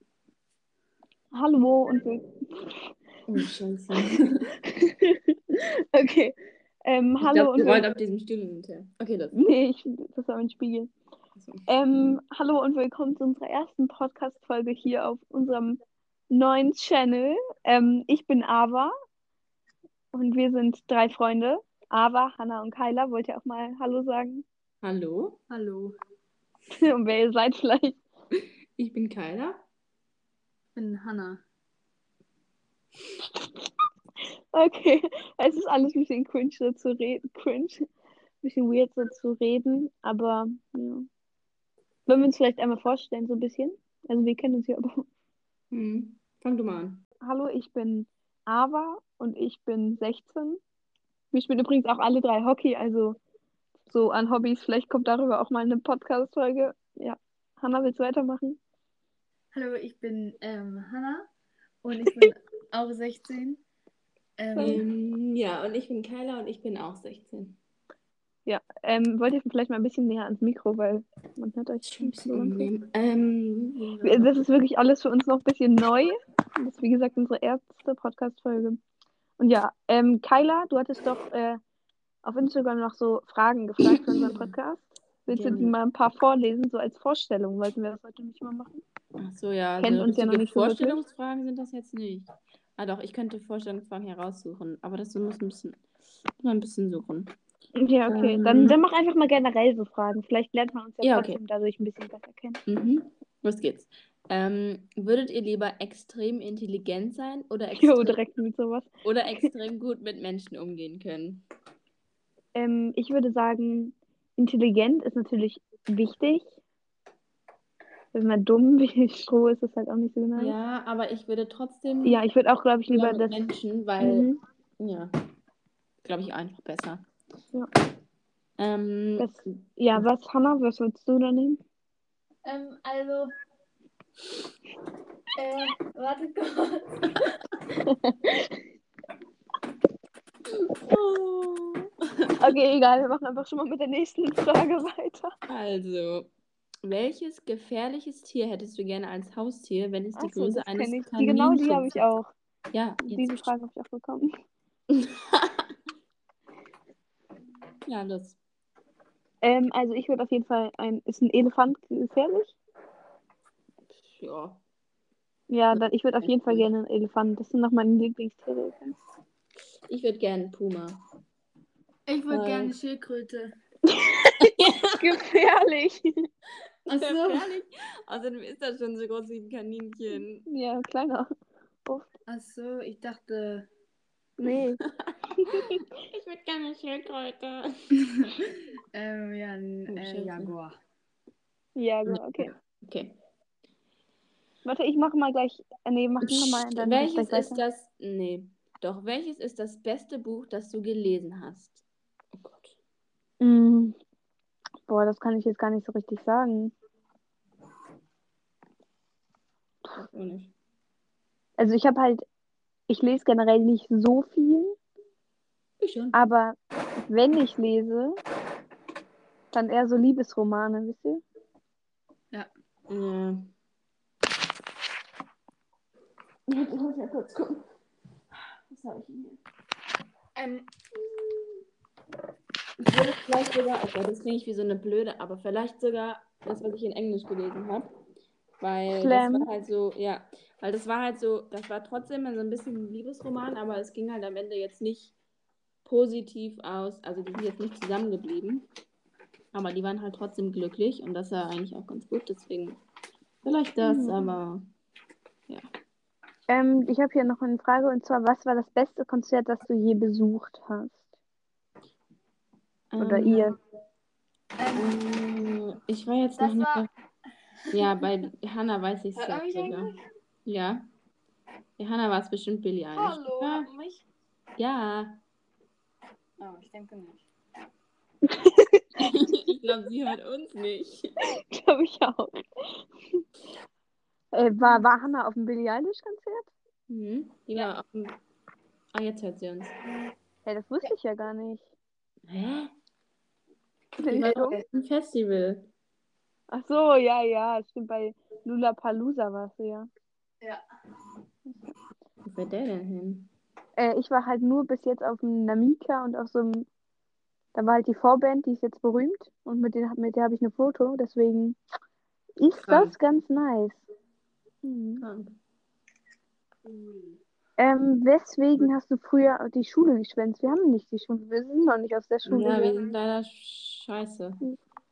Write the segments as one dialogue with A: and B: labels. A: Äh,
B: Hallo und will.
A: Oh, scheiße. Ich
B: Okay. Ähm, hallo
A: glaub,
B: und
A: wir
B: will-
A: wollen auf diesem Stuhl hin und her. Okay, das.
B: Nee, ich, das war mein Spiegel.
A: achso. Hm.
B: Ähm, hallo und willkommen zu unserer ersten Podcast-Folge hier auf unserem neuen Channel. Ähm, ich bin Ava und wir sind drei Freunde. Ava, Hanna und Kyla. Wollt ihr auch mal Hallo sagen?
A: Hallo? Hallo.
B: und wer ihr seid vielleicht?
A: Ich bin Kyla.
C: Ich bin Hanna.
B: Okay, es ist alles ein bisschen cringe, so zu reden. Cringe. Ein bisschen weird, so zu reden, aber ja. Wollen wir uns vielleicht einmal vorstellen, so ein bisschen? Also, wir kennen uns ja, aber.
A: Hm. Fang du mal an.
B: Hallo, ich bin Ava und ich bin 16. Wir spielen übrigens auch alle drei Hockey, also so an Hobbys. Vielleicht kommt darüber auch mal eine Podcast-Folge. Ja. Hanna, willst du weitermachen?
C: Hallo, ich bin ähm, Hanna und ich bin auch 16. Ähm,
A: Ähm, ja, und ich bin Kyla und ich bin auch 16.
B: Ähm, wollt ihr vielleicht mal ein bisschen näher ans Mikro, weil man hört euch
A: Schon ein bisschen
B: ganz gut.
A: unangenehm. Ähm,
B: Wir- Das ist wirklich alles für uns noch ein bisschen neu. Das ist, wie gesagt, unsere erste Podcast-Folge. Und ja, ähm, Kyla, du hattest doch äh, auf Instagram noch so Fragen gefragt für unseren Podcast. Willst du
A: Gerne.
B: die mal ein paar vorlesen, so als Vorstellung? Wollten wir das heute nicht mal machen?
A: ach so, ja. also
B: Kennt uns ja noch
A: richtige
B: nicht so wirklich.
A: Vorstellungsfragen sind das jetzt nicht. Ah, doch, ich könnte Vorstellungsfragen heraussuchen, aber das muss ein bisschen, muss man ein bisschen suchen.
B: Ja, okay.
A: Ähm.
B: Dann, dann mach einfach mal generell so Fragen. Vielleicht lernt man uns ja,
A: Ja, okay.
B: trotzdem dadurch ein bisschen besser kennen.
A: Mhm. Los geht's. Ähm, würdet ihr lieber extrem intelligent sein oder
B: Jo,
A: extrem,
B: direkt mit sowas.
A: oder extrem gut mit Menschen umgehen können?
B: Ähm, ich würde sagen, intelligent ist natürlich wichtig. Wenn man dumm wie Stroh ist, ist halt auch nicht so nice.
A: Ja, aber ich würde trotzdem
B: Ja, ich würde auch, glaube ich,
A: lieber
B: lieber
A: mit
B: das.
A: Menschen, weil,
B: Mhm.
A: ja, glaube ich einfach besser.
B: Ja.
A: Ähm,
B: das ja, was, Hanna, was würdest du da nehmen?
C: ähm, also. Äh, warte kurz.
A: oh.
B: Okay, egal, wir machen einfach schon mal mit der nächsten Frage weiter.
A: Also, welches gefährliches Tier hättest du gerne als Haustier, wenn es die
B: Achso, Also,
A: Größe
B: das
A: also eines
B: kenn ich. Die,
A: Kaninchens
B: genau die habe ich auch.
A: Ja,
B: Diese
A: jetzt
B: Frage habe ich auch bekommen.
A: ja, los.
B: Ähm, also ich würde auf jeden Fall ein. Ist ein Elefant gefährlich?
A: Ja.
B: Ja, dann ich würde auf jeden Fall gerne einen Elefant. Das sind noch meine Lieblingstiere.
A: Ich würde gerne einen Puma.
C: Ich würde
A: Äh.
C: gerne eine Schildkröte.
B: Gefährlich.
C: Ach so.
A: Gefährlich. Außerdem ist das schon so groß wie ein Kaninchen.
B: Ja, kleiner.
C: Ach so, ich dachte.
B: Nee.
A: Ich würde gerne eine Schildkröte.
C: Ähm, ja, ein
A: Oh,
C: äh,
A: Scheiße.
C: Jaguar.
B: Ja, gut, okay.
A: Okay.
B: Warte, ich mache mal gleich. äh, Nee, mach du noch mal. dann mach ich
A: welches
B: gleich
A: ist
B: weiter.
A: das? Nee. Doch, welches ist das beste Buch, das du gelesen hast? Oh Gott.
B: Mm. Boah, das kann ich jetzt gar nicht so richtig sagen.
A: Weiß auch nicht.
B: Also ich habe halt, ich lese generell nicht so viel,
A: Ich schon.
B: aber wenn ich lese, dann eher so Liebesromane, wisst ihr?
A: Ja. Ich muss mal kurz gucken. Was habe ich denn hier?
C: Ähm,
A: Ich würde vielleicht sogar, oh Gott, das klinge ich wie so eine Blöde, aber vielleicht sogar das, was ich in Englisch gelesen habe. Weil
B: Slam.
A: das war halt so, ja, weil das war halt so, das war trotzdem so ein bisschen ein Liebesroman, aber es ging halt am Ende jetzt nicht positiv aus. Also die sind jetzt nicht zusammengeblieben. Aber die waren halt trotzdem glücklich und das war eigentlich auch ganz gut, deswegen vielleicht das,
B: Mhm.
A: aber
B: Ähm, ich habe hier noch eine Frage und zwar, was war das beste Konzert, das du je besucht hast? Oder
A: ähm,
B: ihr?
C: ähm,
A: Äh, Ich war jetzt
C: das
A: noch
C: war.
A: nicht. Ja, bei Hannah weiß ich es
C: Hört
A: ja
C: man mich
A: sogar.
C: eigentlich?
A: Ja. Bei Hannah war es bestimmt Billie Eilish.
C: Hallo,
A: Ja.
C: hört man mich?
A: ja.
C: Oh, ich denke nicht.
A: ich glaube, sie hört uns nicht.
B: Glaube ich auch. äh, war, war Hannah auf dem Billie Eilish-Konzert?
A: Mhm. Die war auf dem... Ah, jetzt hört sie uns.
B: Ja, das wusste ich ja gar nicht.
A: Hä?
B: Bin
A: Die war
B: ich
A: doch
B: dumm?
A: auf dem Festival.
B: Ach so, ja, ja, stimmt, bei Lula Palusa war es ja.
A: Wo fährt der denn hin?
B: Äh, ich war halt nur bis jetzt auf dem Namika und auf so einem. Da war halt die Vorband, die ist jetzt berühmt und mit, denen, hab- mit der habe ich ein Foto, deswegen ist
A: Krank.
B: das ganz nice. Mhm.
A: Krank.
C: äh,
B: Ähm, weswegen hast du früher die Schule geschwänzt? Wir haben nicht die Schule, wir sind noch nicht aus der Schule.
A: Ja, wir
B: gegangen.
A: sind leider scheiße.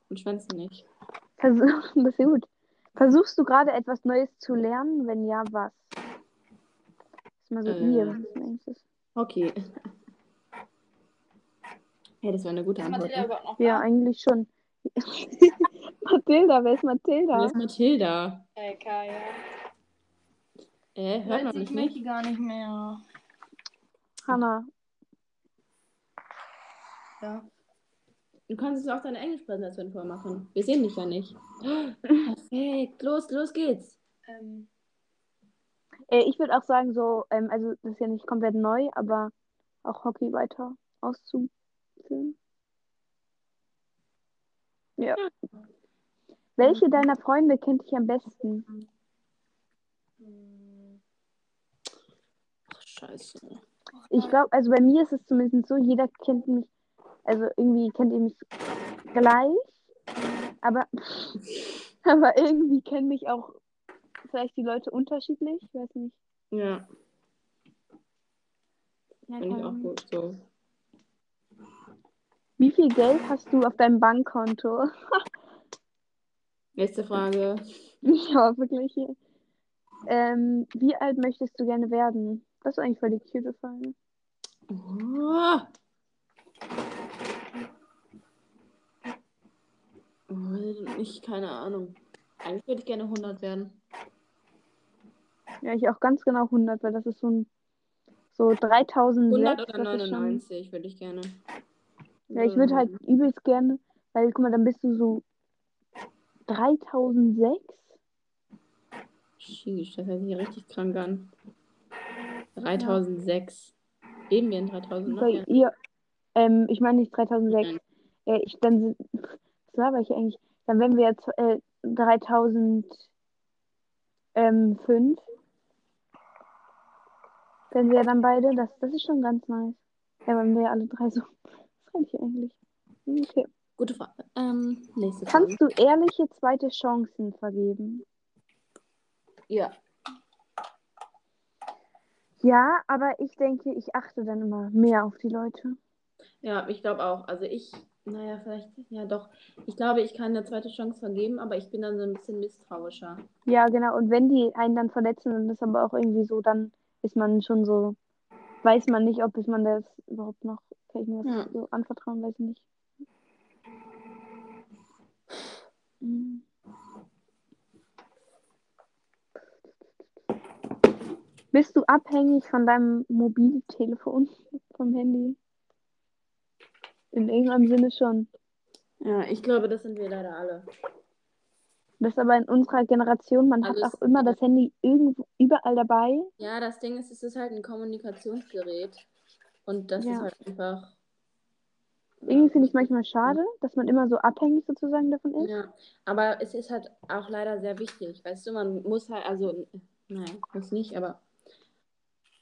A: Und schwänzen nicht.
B: Versuch, das ist ja gut. Versuchst du gerade etwas Neues zu lernen? Wenn ja, was? Das ist mal so
A: Äh.
B: ihr, wenn es längst ist.
A: Okay. Hey, das wäre eine gute
C: Ist
A: Antwort.
C: Mathilda
A: Ne?
C: überhaupt noch
B: Ja,
C: da?
B: eigentlich schon. Mathilda, wer ist
A: Wer
B: Mathilda?
A: ist Mathilda?
C: Äh, Kaya.
A: Äh, hört
C: Hört
A: man
C: sich
A: mich nicht?
C: Mickey gar nicht mehr.
B: Hanna.
C: Ja.
A: Du kannst jetzt auch deine Englischpräsentation vormachen. Wir sehen dich ja nicht. Perfekt. Los, los geht's.
C: Ähm,
B: Äh, ich würde auch sagen, so, ähm, also das ist ja nicht komplett neu, aber auch Hockey weiter auszuführen. Ja.
A: Hm.
B: Welche deiner Freunde kennt dich am besten?
C: mh,
A: Ach, scheiße.
B: Ich glaube, also bei mir ist es zumindest so, jeder kennt mich, also irgendwie kennt ihr mich gleich, aber, aber irgendwie kennen mich auch vielleicht die Leute unterschiedlich, ich weiß nicht. Ja,
A: Ja, finde ich
B: keine
A: auch
B: Ahnung.
A: gut so.
B: Wie viel Geld hast du auf deinem Bankkonto?
A: Nächste Frage.
B: Ja, wirklich. Ähm, wie alt möchtest du gerne werden? Das ist eigentlich voll die cute Frage.
A: Oh. Oh, Ich, keine Ahnung. Eigentlich würde ich gerne 100 werden.
B: Ja, ich auch ganz genau 100, weil das ist so ein so 3000
A: 100 oder
B: das ist schon-
A: 99 würde ich gerne.
B: Ja, ich würde halt übelst gerne, weil guck mal, dann bist du so 3006.
A: Sheesh, das hört sich richtig krank an. 3006. Eben wie in 3000. noch,
B: Bei
A: Ne? ja.
B: ihr, ähm, ich meine nicht 3006. Äh, ich dann sind- was laber ich eigentlich? Dann wären wir jetzt äh, 3005. ähm, Wenn wir dann beide, das, das ist schon ganz nice. Ja, wenn wir alle drei so. Was rede ich eigentlich? Okay.
A: Gute Frage. Ähm, nächste Frage.
B: Kannst du ehrliche zweite Chancen vergeben?
A: Ja.
B: Ja, aber ich denke, ich achte dann immer mehr auf die Leute.
A: Ja, ich glaube auch. Also ich, naja, vielleicht, ja doch. Ich glaube, ich kann eine zweite Chance vergeben, aber ich bin dann so ein bisschen misstrauischer.
B: Ja, genau. Und wenn die einen dann verletzen, dann ist aber auch irgendwie so, dann ist man schon so, weiß man nicht, ob ist man das überhaupt noch, kann ich mir das
A: Ja.
B: so anvertrauen, weiß ich nicht. Mhm. Bist du abhängig von deinem Mobiltelefon, vom Handy? In irgendeinem Sinne schon.
A: Ja, ich glaube, das sind wir leider alle.
B: Das ist aber in unserer Generation, man
A: Alles-
B: hat auch immer das Handy irgendwo überall dabei.
A: Ja, das Ding ist, es ist halt ein Kommunikationsgerät. Und das
B: Ja.
A: ist halt einfach.
B: Irgendwie finde ich manchmal schade, dass man immer so abhängig sozusagen davon ist.
A: Ja, aber es ist halt auch leider sehr wichtig. Weißt du, man muss halt, also, nein, muss nicht, aber.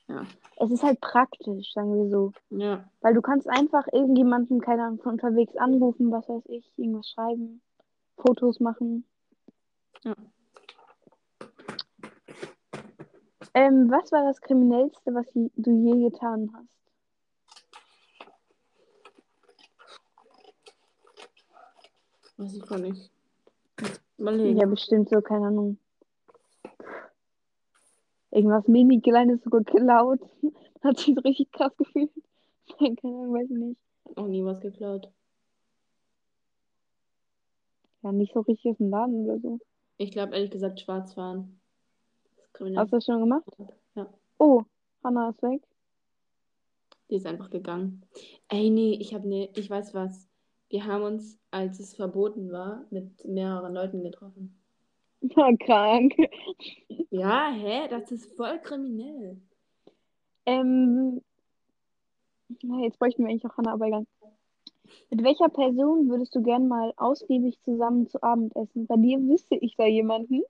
A: Ja.
B: Es ist halt praktisch, sagen wir so.
A: Ja.
B: Weil du kannst einfach irgendjemanden, keine Ahnung, von unterwegs anrufen, was weiß ich, irgendwas schreiben, Fotos machen.
A: Ja.
B: Ähm, was war das Kriminellste, was je- du je getan hast?
A: Weiß ich gar nicht. Überlegen.
B: Ja, bestimmt so, keine Ahnung. Irgendwas mini kleines so geklaut. Hat sich so richtig krass gefühlt. Nein, keine Ahnung, weiß ich nicht.
A: Hab noch nie was geklaut.
B: Ja, nicht so richtig aus dem Laden oder so.
A: Ich glaube, ehrlich gesagt, schwarz fahren. Das ist kriminell.
B: Hast du das schon gemacht?
A: Ja.
B: Oh, Hanna ist weg.
A: Die ist einfach gegangen. Ey, nee, ich habe ne, ich weiß was. Wir haben uns, als es verboten war, mit mehreren Leuten getroffen.
B: Na, Ah, krank.
A: Ja, hä? Das ist voll kriminell.
B: Ähm, na, jetzt bräuchten wir eigentlich auch Hanna, aber egal. Mit welcher Person würdest du gern mal ausgiebig zusammen zu Abend essen? Bei dir wüsste ich da jemanden.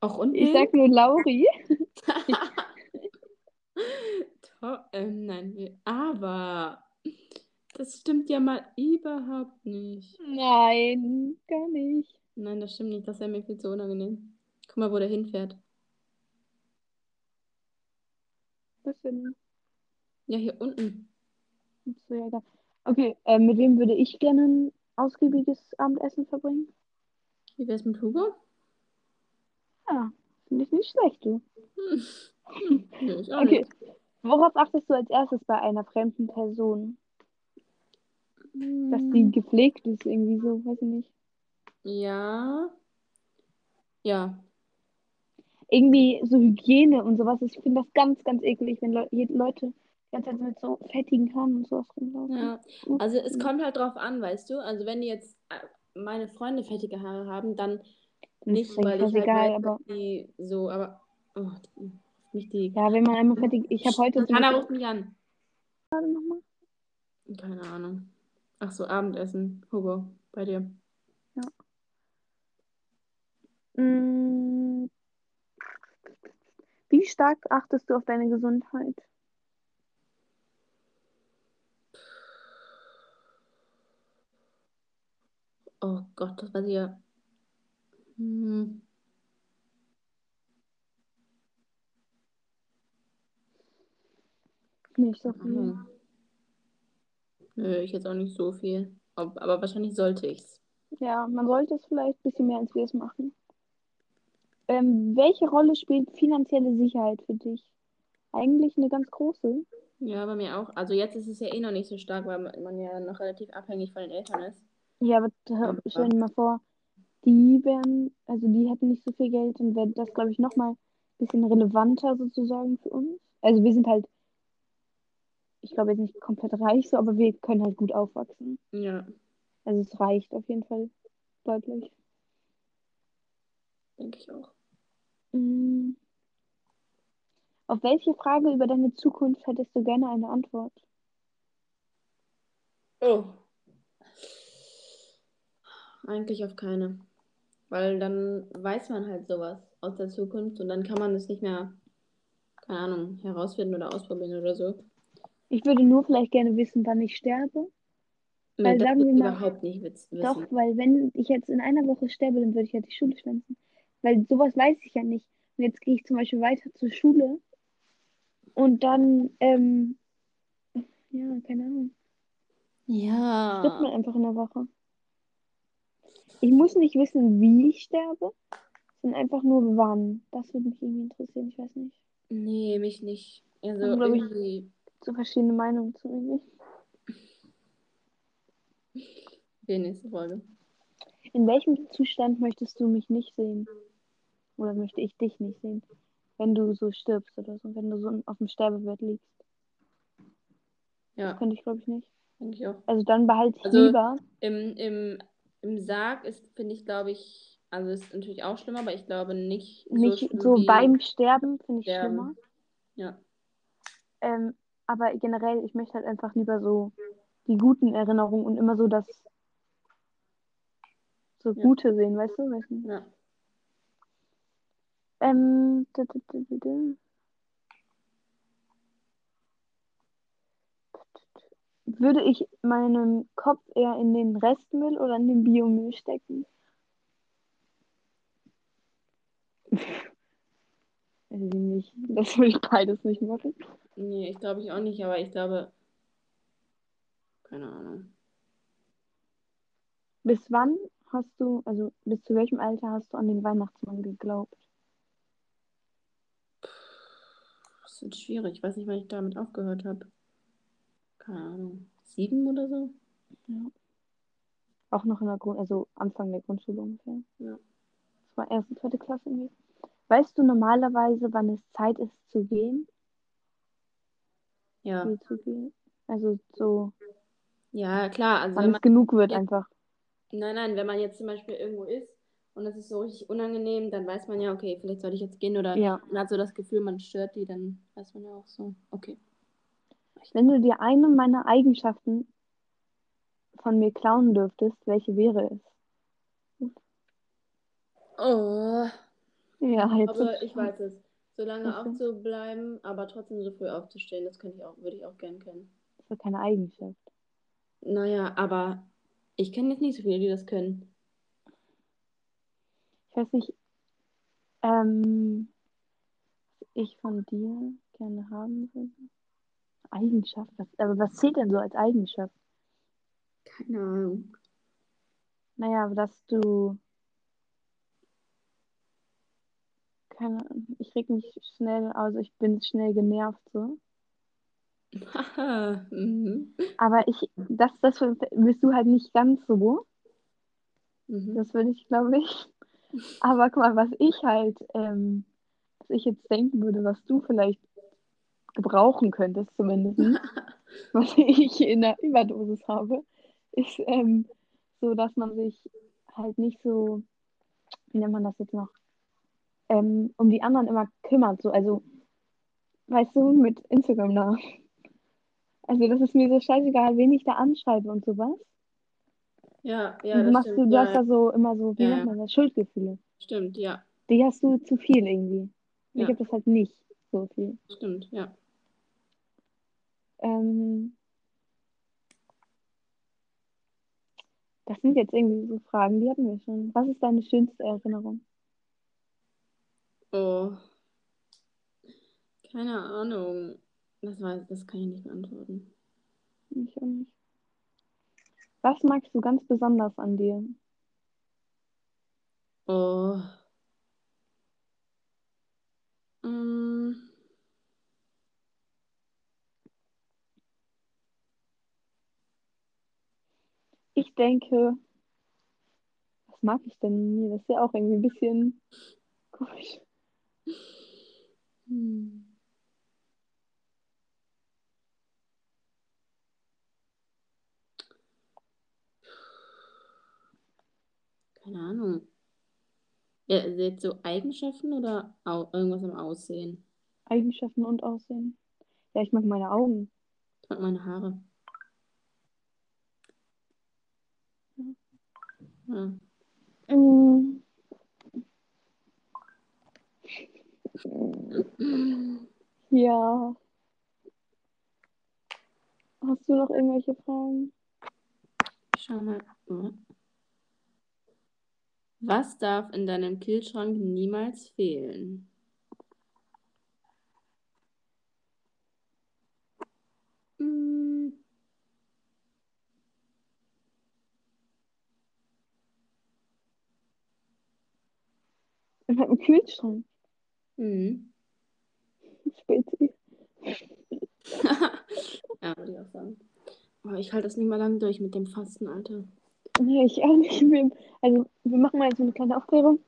A: Auch unten?
B: Ich sag nur Lauri.
A: To ähm, nein, wir, aber das stimmt ja mal überhaupt nicht.
B: Nein, gar nicht.
A: Nein, das stimmt nicht. Das wäre mir viel zu unangenehm. Guck mal, wo der hinfährt.
B: Was denn?
A: Ja, hier unten.
B: Ist so ja egal. Okay, äh, mit wem würde ich gerne ein ausgiebiges Abendessen verbringen?
A: Wie wär's mit Hugo?
B: Ja, finde ich nicht schlecht, du.
A: Nee, ich auch
B: Okay. Worauf achtest du als erstes bei einer fremden Person?
A: nicht.
B: Dass die gepflegt ist, irgendwie so, weiß ich nicht.
A: Ja. Ja.
B: Irgendwie so Hygiene und sowas. Ich finde das ganz, ganz eklig, wenn Leu je- Leute die ganze Zeit mit so fettigen Haaren und sowas rumlaufen.
A: Ja. Also es kommt halt drauf an, weißt du? Also wenn die jetzt äh, meine Freunde fettige Haare haben, dann
B: Dann
A: nicht,
B: ist das
A: weil ich
B: eigentlich
A: halt
B: egal,
A: weiß, dass
B: aber
A: die so, aber oh, die, mich die.
B: ja, wenn man einmal fettig. Ich habe heute
A: Hanna ruft mich an.
B: gerade nochmal.
A: Keine Ahnung. Ach so, Abendessen. Hugo, bei dir.
B: Mm. Wie stark achtest du auf deine Gesundheit?
A: Oh Gott, das war ja. Hm.
B: Nicht so viel.
A: Hm. Nö, ich jetzt auch nicht so viel. Ob, aber wahrscheinlich sollte ich's.
B: Ja, man sollte es vielleicht ein bisschen mehr, als wir es machen. Ähm, welche Rolle spielt finanzielle Sicherheit für dich? Eigentlich eine ganz große.
A: Ja, bei mir auch. Also jetzt ist es ja eh noch nicht so stark, weil man ja noch relativ abhängig von den Eltern ist.
B: Ja, aber hör-
A: Ja.
B: stell dir mal vor, die wären, also die hätten nicht so viel Geld und wäre das, glaube ich, nochmal ein bisschen relevanter sozusagen für uns. Also wir sind halt, ich glaube jetzt nicht komplett reich so, aber wir können halt gut aufwachsen.
A: Ja,
B: Also es reicht auf jeden Fall deutlich.
A: denke ich auch.
B: Mm. Auf welche Frage über deine Zukunft hättest du gerne eine Antwort?
A: Oh. Eigentlich auf keine. Weil dann weiß man halt sowas aus der Zukunft und dann kann man es nicht mehr, keine Ahnung, herausfinden oder ausprobieren oder so.
B: Ich würde nur vielleicht gerne wissen, wann ich sterbe.
A: Nee,
B: Weil
A: das
B: sagen
A: will ich
B: wir mal-
A: überhaupt nicht witz- wissen.
B: halt Doch, weil wenn ich jetzt in einer Woche sterbe, dann würde ich ja die Schule schwänzen. Weil sowas weiß ich ja nicht. Und jetzt gehe ich zum Beispiel weiter zur Schule und dann, ähm, ja, keine Ahnung. Stirbt man
A: Ja.
B: einfach in der Woche. Ich muss nicht wissen, wie ich sterbe, sondern einfach nur wann. Das würde mich irgendwie interessieren, ich weiß nicht.
A: Nee, mich nicht. Also
B: Dann glaub ich-
A: irgendwie
B: So verschiedene Meinungen zu irgendwie.
A: die nächste Folge.
B: In welchem Zustand möchtest du mich nicht sehen? Oder möchte ich dich nicht sehen? Wenn du so stirbst oder so, wenn du so auf dem Sterbebett liegst.
A: Ja,
B: Könnte ich, glaube ich, nicht.
A: denke ich auch.
B: Also dann behalte ich
A: Also-
B: lieber.
A: Im, im, im Sarg ist, finde ich, glaube ich, also ist natürlich auch schlimm, aber ich glaube nicht so
B: Nicht
A: schlimm
B: so
A: wie
B: beim Sterben finde ich
A: Sterben.
B: schlimmer.
A: Ja.
B: Ähm, aber generell, ich möchte halt einfach lieber so die guten Erinnerungen und immer so das so
A: Ja.
B: Gute sehen, weißt du? Weißt du?
A: Ja.
B: Ähm, da, da, da, da, da. Würde ich meinen Kopf eher in den Restmüll oder in den Biomüll stecken? Also nicht. Das würde ich beides nicht machen.
A: Nee, ich glaube ich auch nicht, aber ich glaube. Keine Ahnung.
B: Bis wann hast du, also bis zu welchem Alter hast du an den Weihnachtsmann geglaubt?
A: Das ist schwierig. Ich weiß nicht, wann ich damit aufgehört habe. Keine Ahnung. Sieben oder so?
B: Auch noch in der Grund, also Anfang der Grundschule ungefähr.
A: Ja.
B: Das war erste, zweite Klasse irgendwie. Weißt du normalerweise, wann es Zeit ist zu gehen?
A: Ja.
B: Wie zu gehen? Also so,
A: Ja, klar. Also wenn
B: wann es
A: man.
B: genug wird
A: Ja.
B: einfach.
A: Nein, nein, wenn man jetzt zum Beispiel irgendwo ist und es ist so richtig unangenehm, dann weiß man ja, okay, vielleicht sollte ich jetzt gehen oder
B: Ja.
A: man hat so das Gefühl, man stört die, dann weiß man ja auch so. Okay.
B: Wenn du dir eine meiner Eigenschaften von mir klauen dürftest, welche wäre es?
A: Oh.
B: Ja, jetzt.
A: Aber ich weiß es. so lange
B: Okay.
A: aufzubleiben, aber trotzdem so früh aufzustehen, das könnte ich auch, würde ich auch gern können.
B: Das ist ja keine Eigenschaft.
A: Naja, aber ich kenne jetzt nicht so viele, die das können.
B: Ich weiß nicht, ähm, was ich von dir gerne haben würde. Eigenschaft, was, aber was zählt denn so als Eigenschaft?
A: Keine Ahnung.
B: Naja, aber dass du. Keine Ahnung, ich reg mich schnell, also ich bin schnell genervt so.
A: mhm.
B: Aber ich, das, das bist du halt nicht ganz so.
A: Mhm.
B: Das würde ich, glaube ich. Aber guck mal, was ich halt, ähm, was ich jetzt denken würde, was du vielleicht gebrauchen könntest, zumindest, was ich in der Überdosis habe, ist ähm, so, dass man sich halt nicht so, wie nennt man das jetzt noch, ähm, um die anderen immer kümmert. So, also, weißt du, mit Instagram nach. Also, das ist mir so scheißegal, wen ich da anschreibe und sowas.
A: Ja, ja,
B: Ja,
A: das
B: machst du,
A: stimmt.
B: du hast
A: ja,
B: da so immer so, wie
A: Ja,
B: nennt
A: ja.
B: man das, Schuldgefühle.
A: stimmt, ja,
B: Die hast du zu viel irgendwie. Ich
A: Ja.
B: habe das halt nicht so viel.
A: stimmt, ja.
B: Ähm, das sind jetzt irgendwie so Fragen, die hatten wir schon. Was ist deine schönste Erinnerung?
A: Oh. Keine Ahnung. Das weiß, das kann ich nicht beantworten.
B: Ich auch nicht. Was magst du ganz besonders an dir?
A: Oh. Ähm.
B: Ich denke, was mag ich denn an mir? Das ist ja auch irgendwie ein bisschen komisch.
A: Hm. Keine Ahnung. Ja, also jetzt so Eigenschaften oder au irgendwas am Aussehen?
B: Eigenschaften und Aussehen. Ja, ich mag meine Augen.
A: Ich mag meine Haare. Ja.
B: Mm, Ja. Hast du noch irgendwelche Fragen?
A: Schau mal. Was darf in deinem Kühlschrank niemals fehlen? Mm,
B: Ich habe einen Kühlschrank.
A: Mhm.
B: Spezi.
A: ja, würde ich auch sagen. Aber ich halte das nicht mal lang durch mit dem Fasten, Alter.
B: Nee, ich auch nicht. Wir, also, wir machen mal so eine kleine Aufklärung.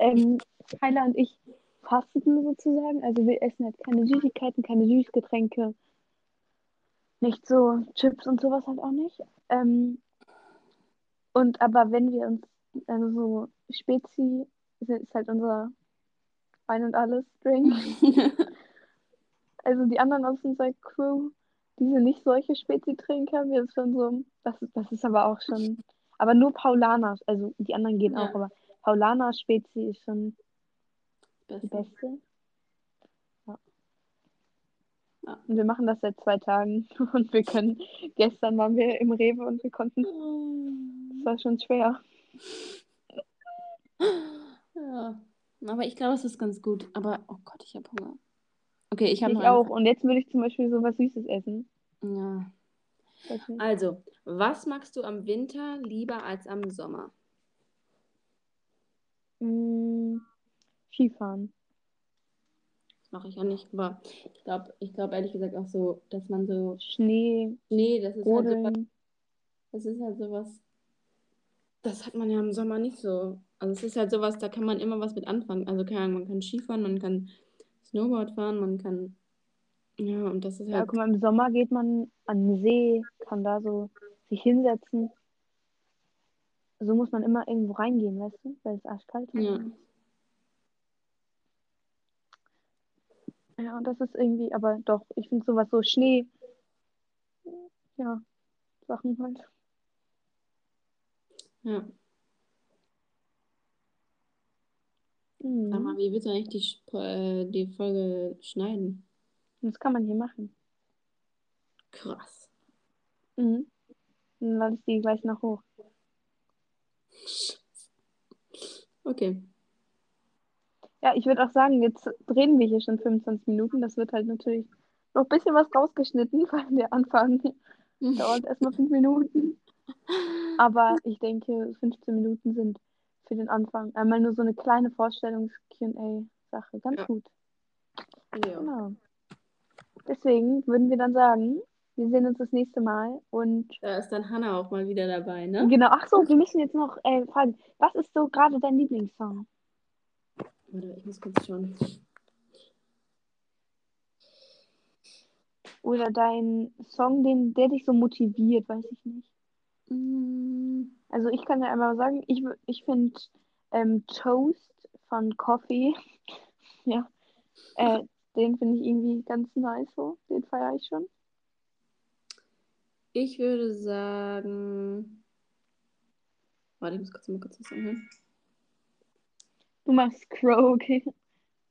B: Ähm, Tyler und ich fasteten sozusagen. Also, wir essen halt keine Süßigkeiten, keine Süßgetränke. Nicht so Chips und sowas halt auch nicht. Ähm, und aber wenn wir uns, also so Spezi ist ist halt unser Ein und Alles Drink. Also die anderen aus unserer Crew, die sind nicht solche Spezi-Trinker, wir sind schon so, das ist, das ist aber auch schon, aber nur Paulaner, also die anderen gehen
A: Ja.
B: auch, aber Paulaner Spezi ist schon die
A: Besser.
B: beste. Ja.
A: Ja.
B: Und wir machen das seit zwei Tagen und wir können, gestern waren wir im Rewe und wir konnten, das war schon schwer.
A: Ja. Aber ich glaube, es ist ganz gut. Aber, oh Gott, ich habe Hunger. Okay, ich habe
B: Ich
A: noch eine
B: auch. Und jetzt würde ich zum Beispiel sowas Süßes essen.
A: Frage. Ja.
B: Weiß nicht.
A: Also, was magst du am Winter lieber als am Sommer? Ah.
B: Mm, Skifahren.
A: Das mache ich auch nicht, aber ich glaube, ich glaube ehrlich gesagt auch so, dass man so
B: Schnee,
A: Schnee, das ist halt sowas,
B: Rodeln.
A: das ist halt sowas, das hat man ja im Sommer nicht so. Also es ist halt sowas, da kann man immer was mit anfangen. Also keine Ahnung, man kann Skifahren, man kann Snowboard fahren, man kann ja und das ist
B: Ja,
A: halt
B: guck mal, im Sommer geht man an den See, kann da so sich hinsetzen. So muss man immer irgendwo reingehen, weißt du, weil es arschkalt ist.
A: ja,
B: Ja, und das ist irgendwie, aber doch, ich finde sowas so Schnee. Ja, Sachen halt.
A: ja.
B: Mhm.
A: Sag mal, wie willst du eigentlich die, Sp- äh, die Folge schneiden?
B: Das kann man hier machen.
A: Krass.
B: Mhm. Dann lade ich die gleich noch hoch.
A: Okay.
B: Ja, ich würde auch sagen, jetzt reden wir hier schon 25 Minuten. Das wird halt natürlich noch ein bisschen was rausgeschnitten, weil der Anfang dauert erstmal 5 Minuten. Aber ich denke, 15 Minuten sind für den Anfang. Einmal nur so eine kleine Vorstellungs-QA-Sache. Ganz
A: Ja.
B: gut.
A: Ja.
B: Genau. Deswegen würden wir dann sagen, wir sehen uns das nächste Mal und
A: Da ist dann Hannah auch mal wieder dabei, ne?
B: genau. Ach so, wir müssen jetzt noch äh, fragen, was ist so gerade dein Lieblingssong?
A: Warte, ich muss kurz schauen.
B: Oder dein Song, den, der dich so motiviert, weiß ich nicht.
A: Mm,
B: Also ich kann ja einmal sagen, ich, wü- ich finde ähm, Toast von Coffee, ja, äh, den finde ich irgendwie ganz nice so, den feiere ich schon.
A: Ich würde sagen. Warte, ich muss kurz mal kurz was anhören.
B: Du magst Crow, okay.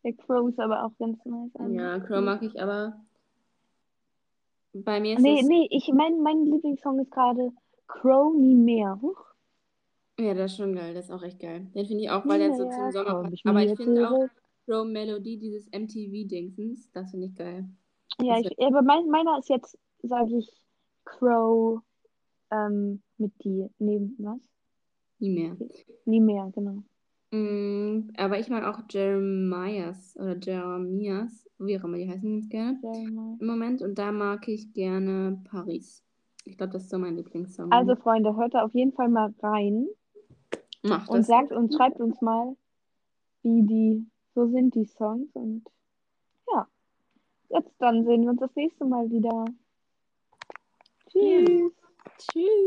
B: Der Crow ist aber auch ganz nice. eigentlich.
A: Ja, Crow mag ich, aber bei mir ist
B: Ah, Nee,
A: es.
B: nee, ich mein, mein Lieblingssong ist gerade Crow nie mehr. Huch.
A: Ja, das ist schon geil, das ist auch echt geil. Den finde ich auch, weil der so zum Sommer
B: komm
A: passt.
B: ich
A: Aber
B: mir
A: ich finde auch
B: zurück.
A: Crow Melody, dieses MTV-Dingsens, das finde ich geil.
B: Ja, ich, aber mein, meiner ist jetzt, sage ich, Crow ähm, mit die. Nee, was?
A: Nie mehr.
B: Nie mehr, genau.
A: Mm, aber ich mag auch Jeremias oder Jeremias, wie auch immer die heißen, ganz gerne
B: Jeremiah.
A: im Moment. Und da mag ich gerne Paris. Ich glaube, das ist so mein Lieblingssong.
B: Also, Freunde, hört da auf jeden Fall mal rein
A: macht
B: und sagt und schreibt uns mal, wie die, so sind die Songs. Und ja, jetzt dann sehen wir uns das nächste Mal wieder. Tschüss.
A: Tschüss.